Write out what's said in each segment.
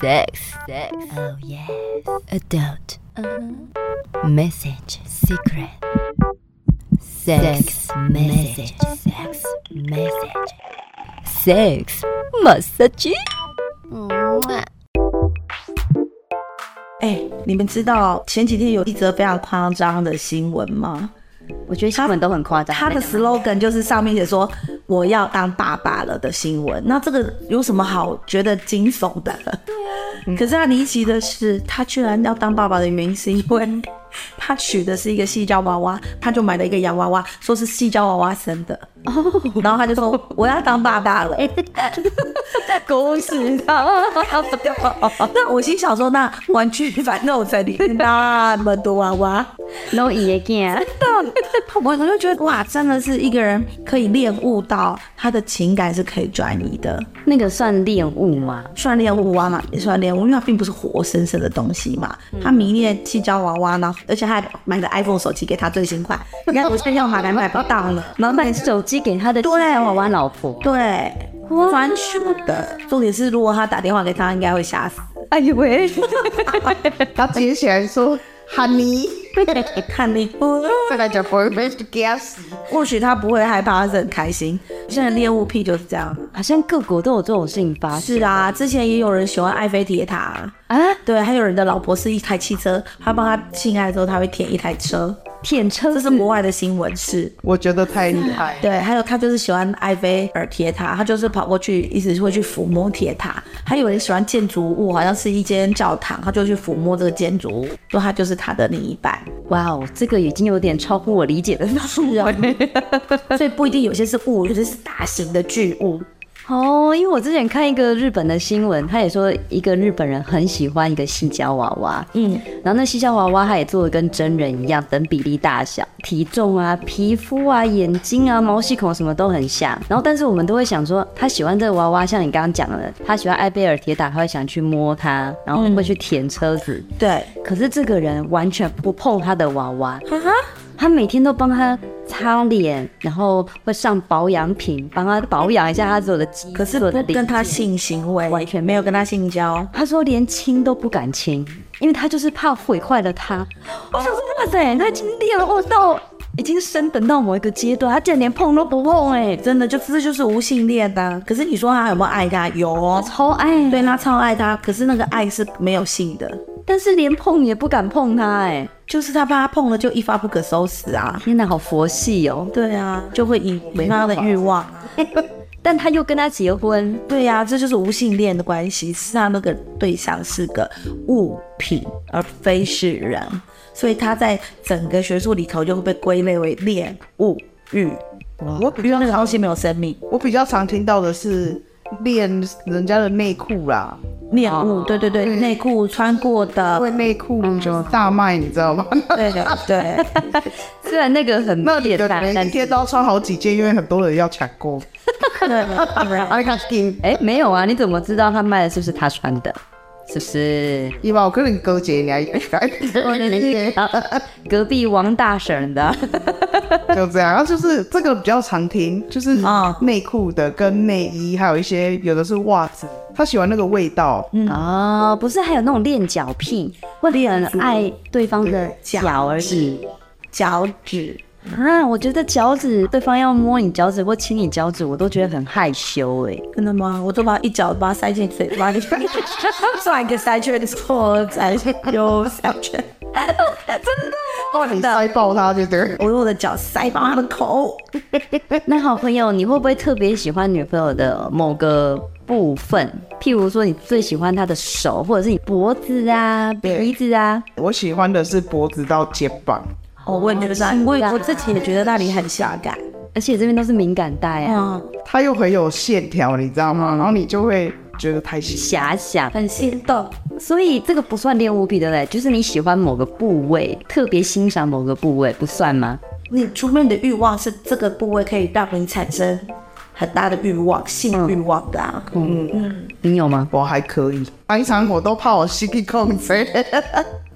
Sex, sex. Oh yes. Uh-huh. Adult. Message, secret. Sex, message, sex, message. Sex, massage. 哎，你们知道前几天有一则非常夸张的新闻吗？我觉得新闻都很夸张。他的 slogan 就是上面写说“我要当爸爸了”的新闻。那这个有什么好觉得惊悚的？啊对可是他离奇的是，他居然要当爸爸的原因是因为 他娶的是一个细胶娃娃，他就买了一个洋娃娃，说是细胶娃娃生的。哦然后他就说：“我要当爸爸了。”哎，这恭喜 他！不掉那我心想说，那玩具反斗城里 面啊那么多娃娃， ，no 也见。我我就觉得哇，真的是一个人可以练悟到他的情感是可以转移的，那个算恋物吗？算练悟娃嘛，也算练悟，因为它并不是活生生的东西嘛。他迷恋气胶娃娃，然后而且他还买了 iPhone 手机给他最新款，你看我现在要买还买不到了，然后那买手机给他的对娃娃老婆。对。专属的，重点是如果他打电话给他，应该会吓死。哎呦喂！ 他直接写来说 “honey”，看你不这个就不会被夹死。或许他不会害怕，他是很开心。现在猎物癖就是这样。好像各国都有这种事情发生是啊，之前也有人喜欢埃菲铁塔，啊！对，还有人的老婆是一台汽车，他帮他性爱之后，他会舔一台车，舔车这是国外的新闻是。我觉得太厉害。对，还有他就是喜欢埃菲尔铁塔，他就是跑过去一直会去抚摸铁塔。还有人喜欢建筑物，好像是一间教堂，他就去抚摸这个建筑物，说他就是他的另一半。哇哦，这个已经有点超乎我理解的范围 所以不一定有些是物，有些是大型的巨物。哦，因为我之前看一个日本的新闻，他也说一个日本人很喜欢一个细胶娃娃，嗯，然后那细胶娃娃他也做的跟真人一样，等比例大小、体重啊、皮肤啊、眼睛啊、毛细孔什么都很像。然后，但是我们都会想说，他喜欢这个娃娃，像你刚刚讲的，他喜欢埃贝尔铁塔，他会想去摸它，然后会嗯去舔车子。对，可是这个人完全不碰他的娃娃，他每天都帮他擦脸，然后会上保养品，帮他保养一下他所有的肌，可是所有的不跟他零件性行为，完全没有跟他性交。他说连亲都不敢亲，因为他就是怕毁坏了他。我想说，哇塞，他已经练了，我到已经升等到某一个阶段，他竟然连碰都不碰、哎，真的就这就是无性恋的啊、可是你说他有没有爱他？有哦，超爱。对他超爱他，可是那个爱是没有性的，但是连碰也不敢碰他、哎，就是他怕他碰了就一发不可收拾啊。天哪，好佛系哦。 对啊，就会引为他的欲望。但他又跟他结婚，对呀、这就是无性恋的关系，是他那个对象是个物品，而非是人，所以他在整个学术里头就会被归类为恋物欲，我比较那个常东，西没有生命。我比较常听到的是练人家的内裤啦，恋物，对对对，内裤穿过的因，为内裤就大卖，你知道吗？对的，对，虽然那个很 那变里的态，人但一天都要穿好几件，因为很多人要抢购。对，啊，你看，哎、没有啊，你怎么知道他卖的是不是他穿的？是不是？啊伊娃，我跟你哥姐，你还隔壁王大婶的， 就这样，然后就是这个比较常听，就是啊内裤的跟内衣，还有一些有的是袜子，他喜欢那个味道。哦，不是，还有那种恋脚癖，会很爱对方的脚而已。脚趾，啊，我觉得脚趾，对方要摸你脚趾或亲你脚趾，我都觉得很害羞哎、真的吗？我都把一脚把它塞进 嘴巴里，转一个塞圈，错塞右塞圈，哇，你塞爆他就对了。我用我的脚塞爆他的口。那好朋友，你会不会特别喜欢女朋友的某个部分？譬如说，你最喜欢她的手，或者是你脖子啊、鼻子啊，我喜欢的是脖子到肩膀，哦，我也觉得那，我也我自己也觉得那里很性感。而且这边都是敏感带 啊，嗯，它又很有线条，你知道吗？然后你就会觉得太细。遐想。很心动。所以这个不算恋物癖，对不对？就是你喜欢某个部位，特别欣赏某个部位，不算吗？你除非你的欲望是这个部位可以让你产生很大的欲望、性欲望的啊。嗯你有吗？我还可以，常常我都怕我心力控制。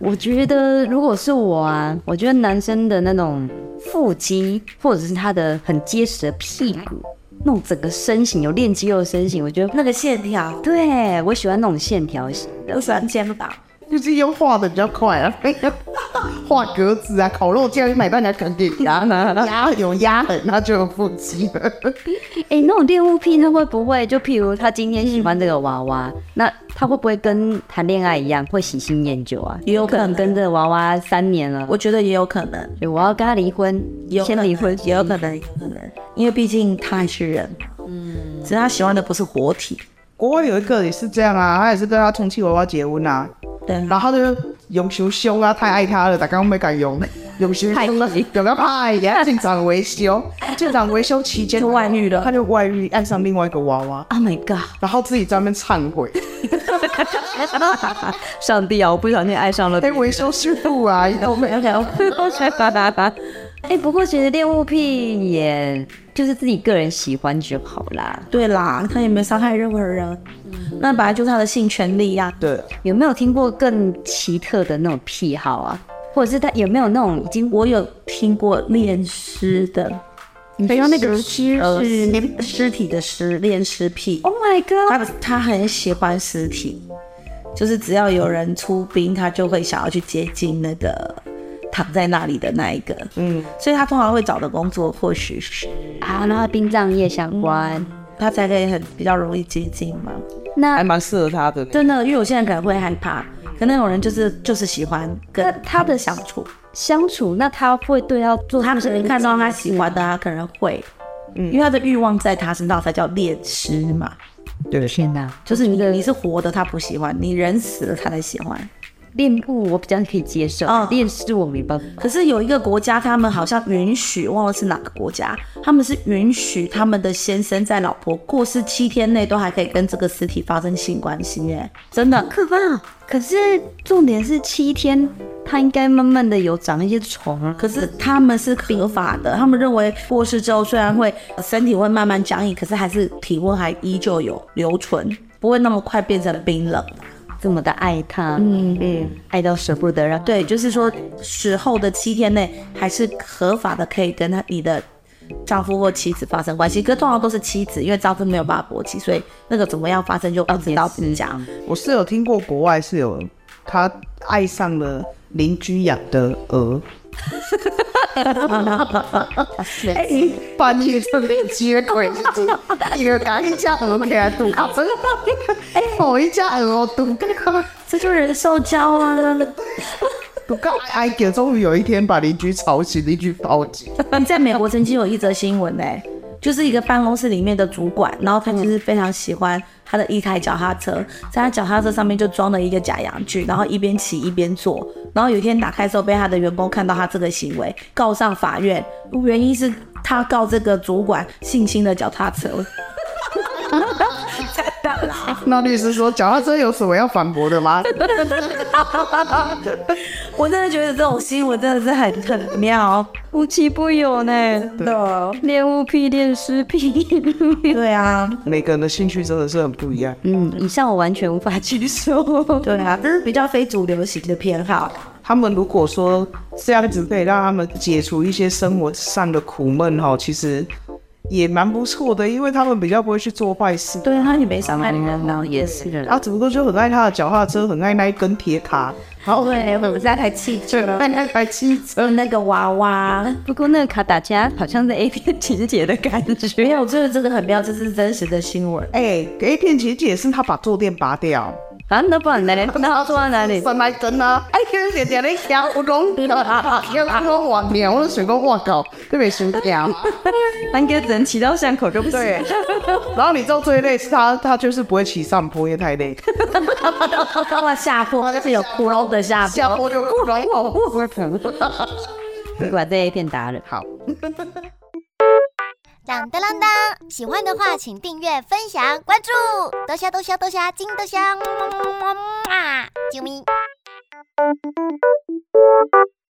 我觉得如果是我啊，我觉得男生的那种腹肌，或者是他的很结实的屁股，弄整个身形有练肌肉的身形，我觉得那个线条，对我喜欢那种线条型哎的我。喜欢肩膀。就是要画的比较快啊， 画格子啊，烤肉酱买到人家肯定压啊，压有压痕，那就有腹肌了。哎、那种恋物癖，他会不会就譬如他今天喜欢这个娃娃，那他会不会跟谈恋爱一样会喜新厌旧啊？也有可能跟这个娃娃三年了，哎我觉得也有可能，我我要跟他离婚，有可先能离婚，也有可能，也有可能，因为毕竟他还是人嘛。嗯，只是他喜欢的不是活体。国外有一个也是这样啊，他也是跟他充气娃娃结婚啊，对，然后他就永修凶啊，太爱他了，大家都没敢用，永修凶了，有个派也要进厂维修，进厂维修期间就外遇了他就外遇爱上另外一个娃娃， Oh my god！然后自己在那边忏悔， 上帝啊，我不小心爱上了哎，维修师傅啊，我们要聊哎、不过其实恋物癖也就是自己个人喜欢就好啦。对啦，他也没伤害任何人，那本来就是他的性权利呀、对，有没有听过更奇特的那种癖好啊？或者是他有没有那种已经我有听过恋尸的，你要那个师呃，是那尸体的尸，恋尸癖。 ？Oh my god！他他很喜欢尸体，就是只要有人出兵，他就会想要去接近那个躺在那里的那一个。嗯，所以他通常会找的工作或许是啊，然后殡葬业相关，他才可以很比较容易接近嘛。还那蛮适合他的呢。真的，因为我现在可能会害怕，可那种人就是就是喜欢那跟他的相处，相处，那他会对他做他们可能看到他喜欢的、啊，可能会。因为他的欲望在他身上才叫恋尸嘛，对，天哪，就就是是你你的你是活的，他不喜欢你；人死了，他才喜欢。恋物，我比较可以接受嗯，恋尸我没办法。可是有一个国家，他们好像允许，忘了是哪个国家，他们是允许他们的先生在老婆过世七天内都还可以跟这个尸体发生性关系耶，真的。可怕，可是重点是七天，他应该慢慢的有长一些虫啊。可是他们是合法的，他们认为过世之后虽然会身体会慢慢僵硬，可是还是体温还依旧有留存，不会那么快变成冰冷。这么的爱他，嗯嗯，爱到舍不得让。对，就是说死后的七天内还是合法的，可以跟他你的丈夫或妻子发生关系。可通常都是妻子，因为丈夫没有办法勃起，所以那个怎么样发生就不知道怎么讲。我是有听过国外是有他爱上了邻居养的 鹅，哎半夜就被接 轨，一个赶一家鹅给他堵啊，真的，哎，我一家鹅堵个这就是人兽交啊！堵个哀叫，终于有一天把邻居吵醒，邻居报警， 在美国曾经有一则新闻呢、欸就是一个办公室里面的主管，然后他就是非常喜欢他的一台脚踏车，在他脚踏车上面就装了一个假洋具，然后一边骑一边坐，然后有一天打开之后被他的员工看到他这个行为，告上法院，原因是他告这个主管性侵了脚踏车。 那律师说脚踏车有什么要反驳的吗？我真的觉得这种新闻真的是很很妙，无奇不有呢，真的。恋物癖、恋尸 癖。对啊，每个人的兴趣真的是很不一样。嗯，以上我完全无法接受。对啊，这是比较非主流型的偏好。他们如果说这样子可以让他们解除一些生活上的苦闷哈，其实也蛮不错的，因为他们比较不会去做坏事。对啊，他也没伤害人啊。也是的，他只不过就很爱他的脚踏车，很爱那一根铁卡，然后对，我们在台汽车，爱那台汽车。那个娃娃。不过那个卡打架好像是 A 片情节的感没觉。 有，这个真的很妙，这是真实的新闻。哎、a 片其实也是他把坐垫拔掉，啊，那不然哪里？那坐在哪里？本来真啊，哎，就是姐姐在跳舞龙，跳舞黄牛，我水果黄狗，特别心跳。三个人骑到巷口就不行。对，然后你知道最累是他，他就是不会骑上坡，因为太累，到了下坡，就是有窟窿的下坡。 下坡就哭了，我不会疼。 不管在 A 片达人。好。当当当当！喜欢的话，请订阅、分享、关注，多虾多虾多虾，金多虾，么么么么么啊！啾咪。